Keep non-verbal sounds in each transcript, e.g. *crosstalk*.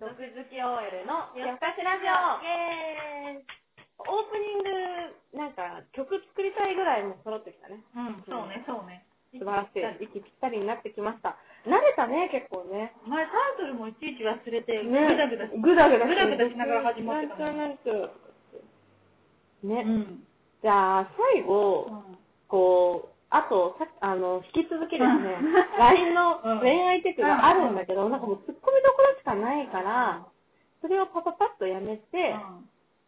好き OL の夜更かしラジオイエーイオープニング、なんか曲作りたいぐらいもう揃ってきたね。うん、そうね、そうね。素晴らしい。息ぴったりになってきました。慣れたね、結構ね。お前タイトルもいちいち忘れて、ぐねだぐだしぐだぐだぐだぐだしながら始まってたもんなんとなくて。ね、ん。じゃあ最う後、んこう、あと、さあの、引き続きです *laughs* ねうん、 LINE のうん恋愛テクがあるんだけど、うんなんかもう突っ込みどころしかないから、それをパパパッとやめて、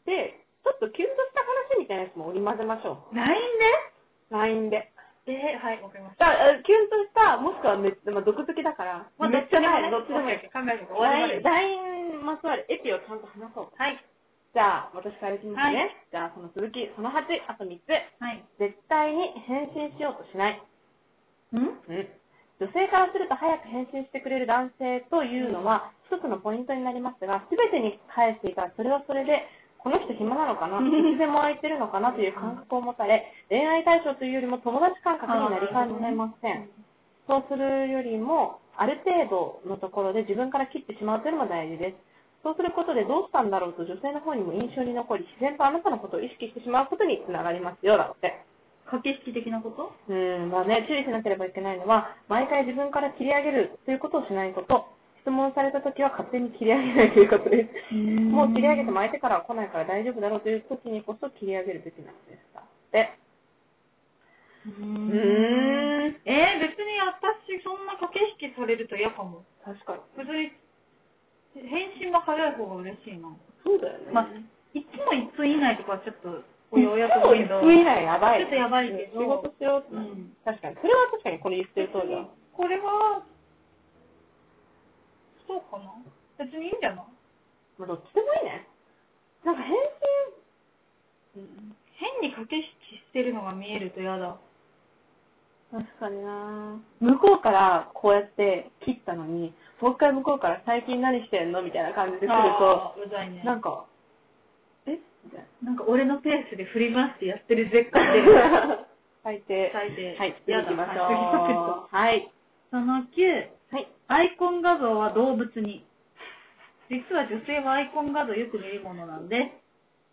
で、ちょっとキュンとした話みたいなやつも織り交ぜましょうん。LINE う。LINE で。でで、はい、わかりましだあキュンとした、もしくはめっちゃ、まあ、毒好きだから、た。めっちゃない、どっちでもいい。 OK 考えて終わりまで LINE。LINE まつわるエピをちゃんと話そう。はい。じゃあ、私からいきますね。はいじゃあ、その続き、その8、あと3つ。はい。絶対に返信しようとしない。うんうん。女性からすると早く返信してくれる男性というのは、一つのポイントになりますが、すべてに返していたら、それはそれで、この人暇なのかな、うんいつでも空いてるのかなという感覚を持たれ、恋愛対象というよりも友達感覚になりかねません。そうするよりも、ある程度のところで自分から切ってしまうというのも大事です。そうすることでどうしたんだろうと女性の方にも印象に残り、自然とあなたのことを意識してしまうことにつながりますよ、だって。駆け引き的なことうん、まあね、注意しなければいけないのは、毎回自分から切り上げるということをしないこと。質問されたときは勝手に切り上げないということです。もう切り上げても相手からは来ないから大丈夫だろうというときにこそ切り上げるべきなんですかって。う。うんーん。えー、別に私、そんな駆け引きされると嫌かも。確かに。普通に、返信が早い方が嬉しいな。そうだよね。まあ、いつも1分以内とかはちょっと、およおやと思うけど、 1分以内やばい。ちょっとやばいけど仕事しようって、うん確かに。それは確かにこれ言ってるそうだわ。これは、そうかな別にいいんじゃないまあ、どっちでもいいね。なんか返信、変に駆け引きしてるのが見えると嫌だ。確かにな向こうからこうやって切ったのに、もう一回向こうから最近何してんのみたいな感じで来ると、あーうざいね。なんか、えみたいなんか俺のペースで振り回してやってる絶感で。な。最低。最低はい、次や行だきましょう。はい。 *laughs* その9、はい。アイコン画像は動物に。実は女性はアイコン画像をよく見るものなんで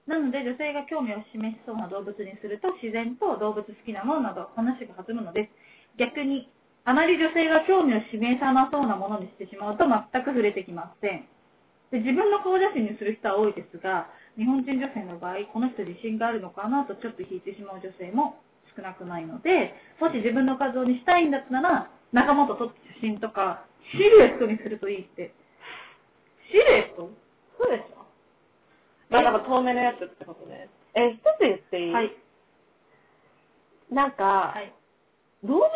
す。なので女性が興味を示しそうな動物にすると自然と動物好きなものなど話が弾むのです。逆に、あまり女性が興味を示さなそうなものにしてしまうと全く触れてきません。で自分の顔写真にする人は多いですが、日本人女性の場合、この人自信があるのかなとちょっと引いてしまう女性も少なくないので、もし自分の画像にしたいんだったら、仲間と撮った写真とか、シルエットにするといいって。シルエットそうでしょまあ、なんか透明のやつってことね。え、一つ言っていいはい。なんか、はい。動物の写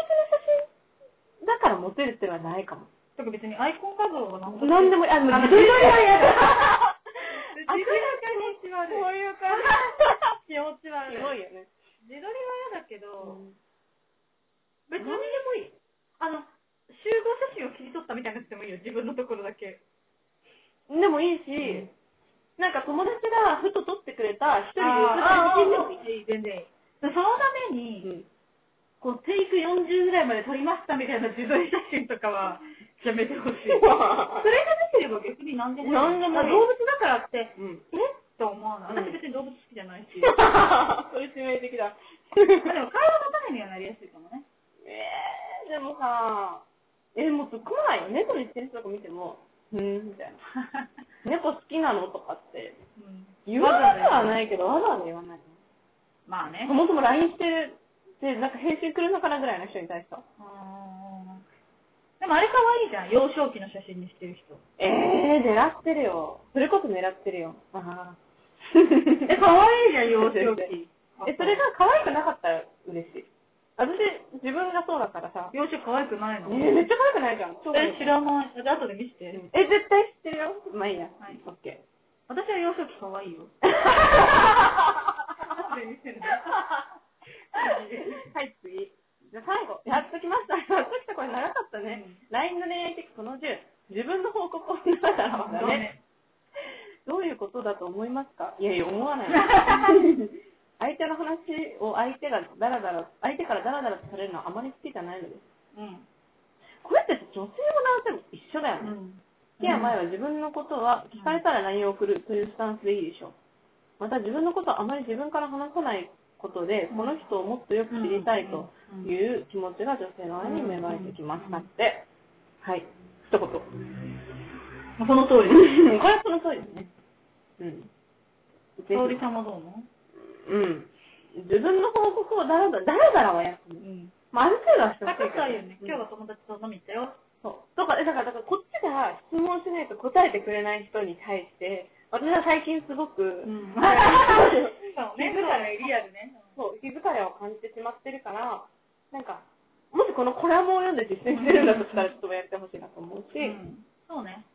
真だからモテるってのはないかも。 *laughs* だから別にアイコン画像が何なんでも、あの、あの自分は嫌だ。自撮明りらは気持ち悪い。こういう感気持ち悪じ。い。すごいよね。自撮りは嫌だけど、別に何でもいい。あの、集合写真を切り取ったみたいなやつでもいいよ、自分のところだけ。でもいいし、うんなんか友達がふと撮ってくれた一人あーあーあーいいで写真でもいい。全然いい。そのために、こう、テイク40ぐらいまで撮りましたみたいな自撮り写真とか *laughs* は、やめてほしい。それができれば別に何でもいい。何でもいい動物だからって、うん。うん。 *laughs* えと思わない。うん私別に動物好きじゃないし。 *laughs* そまあれ致命 *laughs* 的だ。でも、会話の種にはなりやすいかもね。えー、でもさ、え、もうそこないよ。猫の一点とか見ても、うん、みたいな。猫好きなのとかって、 *laughs* うん言わなわくはざわざないけど、わざわざ言わない。まあねそ。もそも LINE してるで、なんか返信来るのかなぐらいの人に対しては。うんでもあれ可愛いじゃん。幼少期の写真にしてる人。えー、狙ってるよ。それこそ狙ってるよ。あー *laughs* え、可愛いじゃん、幼少期。え、それが可愛くなかったら嬉しい。私、自分がそうだからさ。幼少期可愛くないえのーめっちゃ可愛くないじゃん。超可愛いえ、知らない。あ後で見せて。え、絶対知ってるよ。まあいいや。はいオッケ私は幼少期可愛い *laughs* よ。後で見せるね。ー。 *laughs* はい、次。じゃあ最後。やっときました。やっときた。これ長かったね。LINE の恋愛的その10。自分の報告をしながらもだね。どういうことだと思いますかいやいや、思わない。 *laughs* 相手の話を相手がダラダラ、相手からダラダラとされるのはあまり好きじゃないのです。うん。これって女性も男性も一緒だよね。うん。ケア前は自分のことは聞かれたら LINE を送るというスタンスでいいでしょう。また自分のことはあまり自分から話さないことで、この人をもっとよく知りたいという気持ちが女性の愛に芽生えてきましたって。はい。一言。その通りうんこれはその通りですね。うん。通ぜりさんはどう思ひうん。自分の報告をだらだら、だらだらはやっうても、ん。まあ、ある程度はしてほ高しいけど。さいよね。今日うんは友達と飲み行ったよ。そう。だから、だから、だからこっちが質問しないと答えてくれない人に対して、私は最近すごく、んそうね、ね、だだかかららリアルね。 *laughs* そう、気遣いを感じてしまってるから、なんか、もしこのコラムを読んで実践してるんだとしたら、ちょっとやってほしいなと思うし、うんそうね。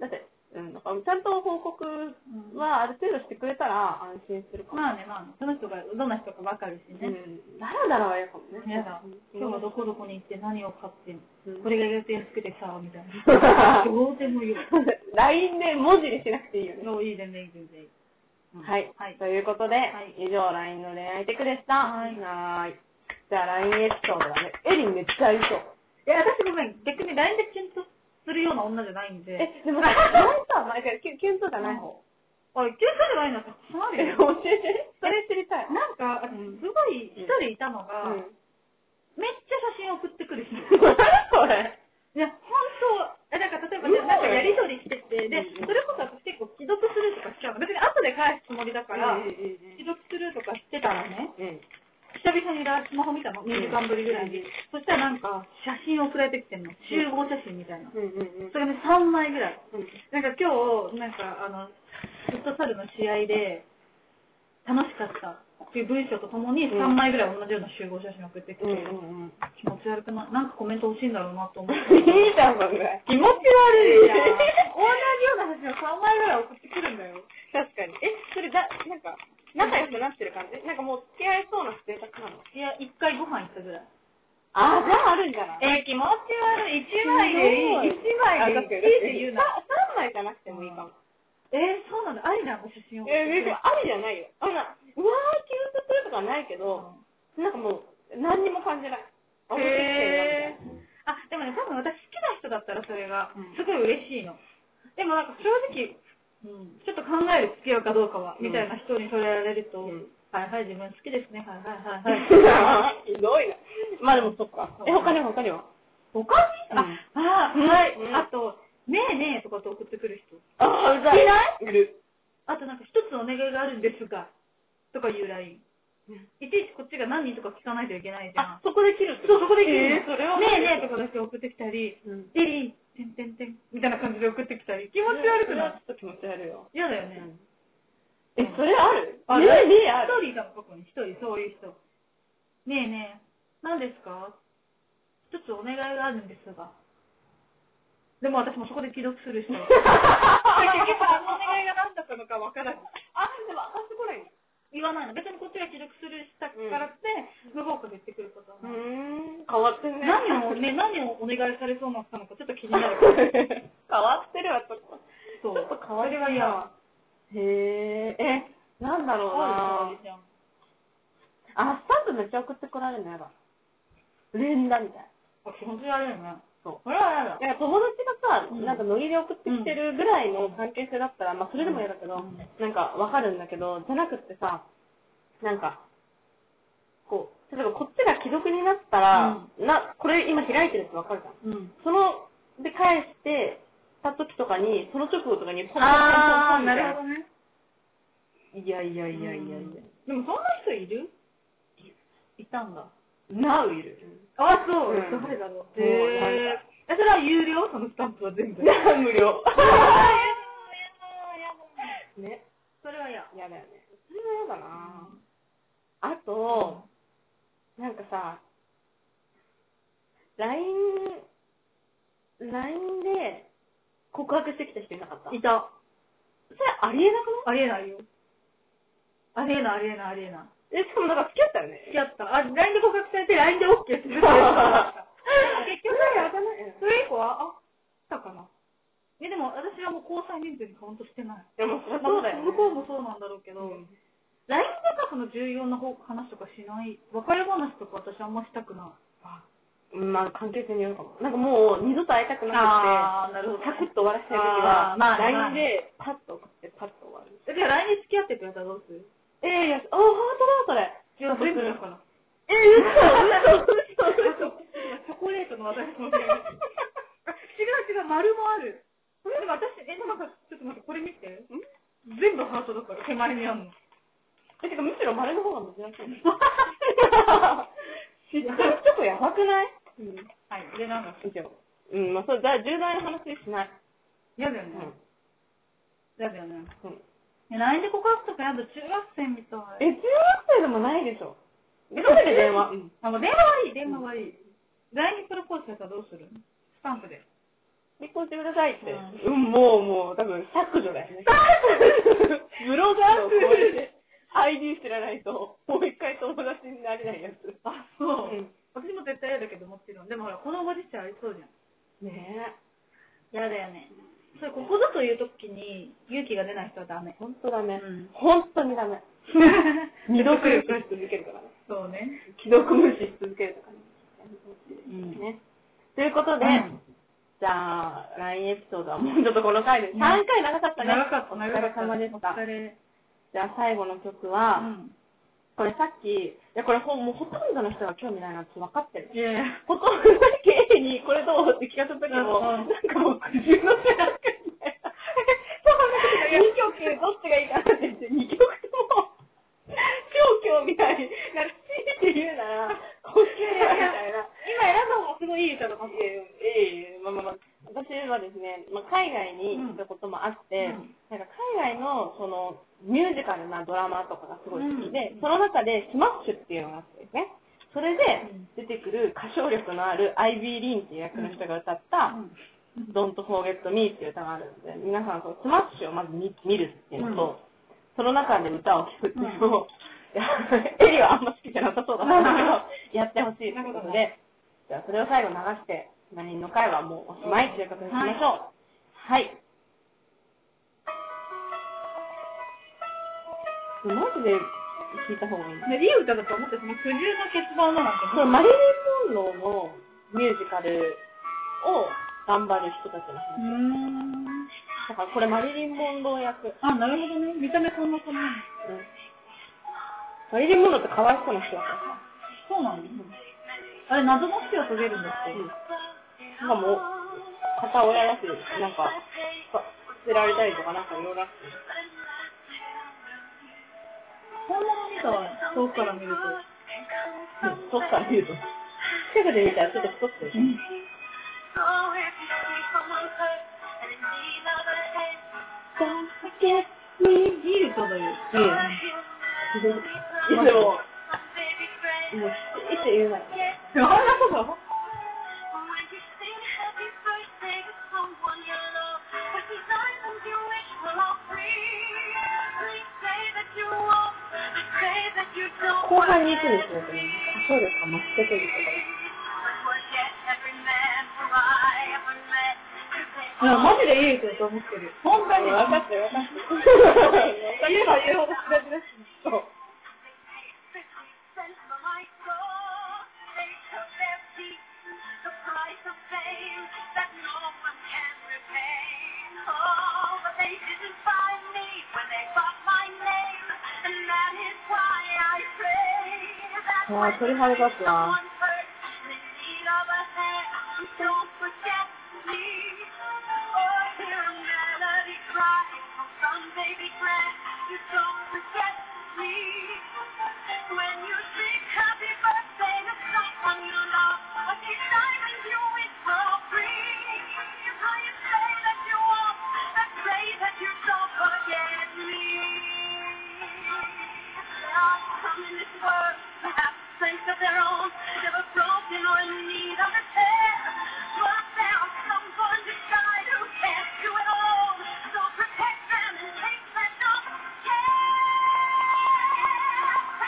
だって、うん、だからちゃんと報告はある程度してくれたら安心するかも。まあね、まあね。その人がどんな人かわかるしうね。ん、だらだらは嫌かもね。やだ。今日はどこどこに行って何を買って、こ *laughs* れが予定つけてさ、みたいな。どうでもいい。 LINE で文字にしなくていいよね。もういいでね、いいでね。いいうんはい。はいと。いうことで、はい以上 LINE の恋愛テクでした。はいはーいじゃあ LINE エピソードだね。エリンめっちゃありそう。いや、私ごめん。逆に LINE でキュンとするような女じゃないんで。え、*laughs* でもさ、LINE さ、毎回キュンキュンとじゃない方。あれ、キュンとじゃないのたくさんあるえ、よ。教えて。それ知りたい。なんか、私うんすごい一人いたのが、うん。めっちゃ写真送ってくる人。何それいや、本当、え、なんか例えば、うわなんかやりとりしてて、でうん、それこそ私結構既読するとかしちゃうの。別に後で返すつもりだから、うんうん既読するとかしてたらね、うんうん。久々にラスマホ見たの、2時間ぶりぐらいに。うんそしたらなんか、写真送られてきてんの。集合写真みたいな。うんうんうんそれね、3枚ぐらい。うん。なんか今日、なんかあの、フットサルの試合で、楽しかったっていう文章とともに、うん3枚ぐらい同じような集合写真送ってきて、うんうんうん。気持ち悪くないなんかコメント欲しいんだろうなと思って。いいじゃん、そんぐらい。気持ち悪いじゃん。同じような写真を3枚ぐらい送ってくるんだよ。確かに。え、それだ、なんか、仲良くなってる感じなんかもう付き合いそうな性格なのいや、1回ご飯行ったぐらい。あー、じゃああるんじゃなえー、い気持ち悪い。1枚でいい。す1ご枚でいいって言うな。 3枚じゃなくてもいいかも。えー、そうなんだ。ありなの写真を。え、別にありじゃないよ。あんな、うわー、キュンとするとかないけど、なんかもう、何にも感じない。あ、へえーあ、でもね、多分私好きな人だったらそれがうん、すごい嬉しいの。でもなんか正直、ちょっと考える付き合うかどうかは、うんみたいな人にそれやられると、うんはいはい、自分好きですね、はいはいはい *laughs* はい。 *laughs* ひどいな。まあでもそっか。え、他には他には他に、うんあ、あー、はい、うんあと、ねえねえとかと送ってくる人。あー、うざい。いないいる。あとなんか一つお願いがあるんですが、とかいう LINE。いちいちこっちが何人とか聞かないといけないじゃん。そこで切るそう、そこで聞いえてー、それは。ねえねえとかだけ送ってきたり、うん。デリー、てんてんてん、みたいな感じで送ってきたり、気持ち悪くないちょっと気持ち悪いよ。嫌だよね。え、それあるあねるえねえある。一 *laughs* 人いたの、ここに。一人、そういう人。ねえねえ、何ですか一つお願いがあるんですが。でも私もそこで既読するし。 *laughs* 結局そのお願いが何だったのか分からず。あ、でも明かしてこないんだ。言わないの。別にこっちが既読するしたからって、向こうから言ってくることはうない。ん、変わってんね。何 *laughs* をね、何をお願いされそうなったのかちょっと気になるから。変わってるわ、ちょっと。そう。ちょっと変わそりれはが嫌わ。へえ、え、なんだろうあなるじゃん。あ、スタンプめっちゃ送ってこられるのやだ。連打みたいな。あ気持ち悪いよね。そうこれは嫌だ。なんか友達がさ、うんなんかノリで送ってきてるぐらいの関係性だったら、まあそれでも嫌だけど、うんなんかわかるんだけど、じゃなくってさ、なんか、こう、例えばこっちが既読になったら、な、これ今開いてるってわかるじゃん。うん。その、で返して、た時とかに、その直後とかに、あポー、ンポンポンポンポンなるほどね。ど。いやいやいやいやいや。でもそんな人いるいたんだ。なういる。。あ、そううん誰だろう。そうへぇー。え、それは有料そのスタンプは全部。 *laughs* *laughs* やだな無料。ね。それは嫌。嫌だよね。それは嫌だなあと、なんかさ、LINE、LINE で告白してきた人いなかったそれいた。ありえなくありえないよ。ありえない、ありえない、ありえない。ないえ、しかもなんか付き合ったよね。付き合った。あ、LINE で告白されて LINE で OK するっていうのが結局、かないよそれ以降は、あ、あったかな。え、でも私はもう交際人数にカウントしてない。でも、そうだよ、ね。向こうもそうなんだろうけど、うん LINE でさ、その重要な方話とかしない、別れ話とか私あんましたくない。まあ、関係性によるかも。なんかもう、二度と会いたくなあー、なるくほて、どねサクッと終わらせるときあー、はまあ LINE で、パッと送って、パッと終わる。じゃあ LINE に付き合ってくれたらどうするええ、いや、あー、本当だ、それ。違う、全部のかな。えー、嘘、嘘、嘘、 *laughs* 嘘。チョコレートの私も違う。違う違う、丸もある。でも私、え、なんか、ちょっと待って、これ見て。全部ハートだから、手前にあるの。え、てか、むしろ丸の方が珍しい *laughs* ね。ちょっとやばくないうん。はい。で、なんか、以上。うん、まあ、そう、だ重大な話しない。嫌だようね。ん。嫌だよね。うんえ、LINE で告白とかやだ、中学生みたい。え、中学生でもないでしょ。え、それで電話。うん。あ、もう電話はいい、電話はいい。LINE にプロポーズされたらどうするスタンプで。結婚してくださいって。ううん、もう、もう、多分削除だよね。 *laughs* ブロガーをこれで、ID 知らないと、もう一回友達になれないやつ。。あ、そううん私も絶対嫌だけど、もちろん。でもほら、このご時世ありそうじゃん。ね嫌だよね。それ、ここぞという時に勇気が出ない人はダメえ。。本当だね。うん本当にダメ。 *laughs* 二度くるくるし続けるからね。そうね。既読無視し続けるとかね。うんね。ということで、うんじゃあ、LINE エピソードはもうちょっとこの回で、う3ん回長かったね。長かった、お長か疲れった。様でしたお。疲れ。じゃあ最後の曲うは、ん。これさっき、いやこれほもうほとんどの人が興味ないなって分かってる。いやいや。ほとんどだけ A にこれどうって聞かせた時も、うんうんなんかもう苦渋の *laughs* 背中みたいな。2曲どっちがいいかなって言って、2曲とも、超興味ない。なんか強いて言うなら、こっちだみたいな。今選んだ方がすごいいい歌だと思って。ええまあまあまあ、私はですね、まあ、海外に行ったこともあって、うんなんか海外のそのミュージカルなドラマとかがすごい好きで、うんその中でスマッシュっていうのがあってですね、それで出てくる歌唱力のあるアイビー・リンっていう役の人が歌った、Don't Forget Me っていう歌があるので、皆さんそのスマッシュをまず見見るっていうのと、その中で歌を聴くっていうのを、いや *laughs* エリはあんま好きじゃなさそうだなけど、やってほしいということで、じゃあそれを最後流して、何の回はもうおしまいということにしましょう。はい。マジで聞いた方がいいな。でいい歌だと思って、その苦渋の決断だなんて。これマリリン・モンローのミュージカルを頑張る人たちうのーん。話。だからこれマリリン・モンロー役。うんあ、なるほどね。見た目こんな感じ。マリリン・モンローってかわいそうな人だからさ。そうなんですね。あれ、謎の死は遂げるんですけど。なんかもう、片親だし、なんか、捨てられたりとかなんかいろいろあって。本物見たら、遠くから見ると。そっから見ると。近くで見たらちょっと太ってるし。Don't forget いい歌だよ。 me. いつも、もう、いつ言うなよ。あんなこと後半に行くんですよ、ね。そうですか、増してくるいや、マジでいい歌だと思ってる。本当に。わかってるわかってる言えば言うほど辛くなっちゃうとか。そう。ああ、鳥肌立つわ。Thanks of their own, they were broken or in need of repair. But found someone to guide who can't do it all. So protect them and take them don't care.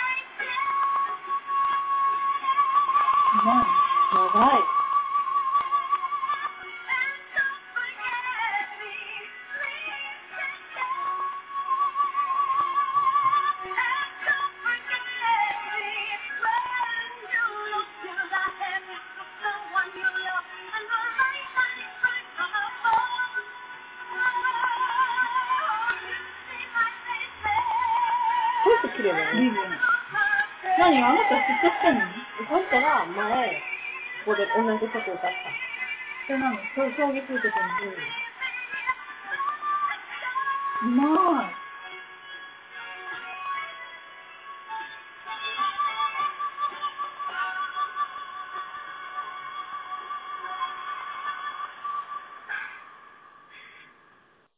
Take them. 長い。 Thank you. って綺麗だよね。リズム。何あなた嫉妬してんのそしたら、前、ここで同じことを出した。それなのそう衝撃受けてるうんのうまい。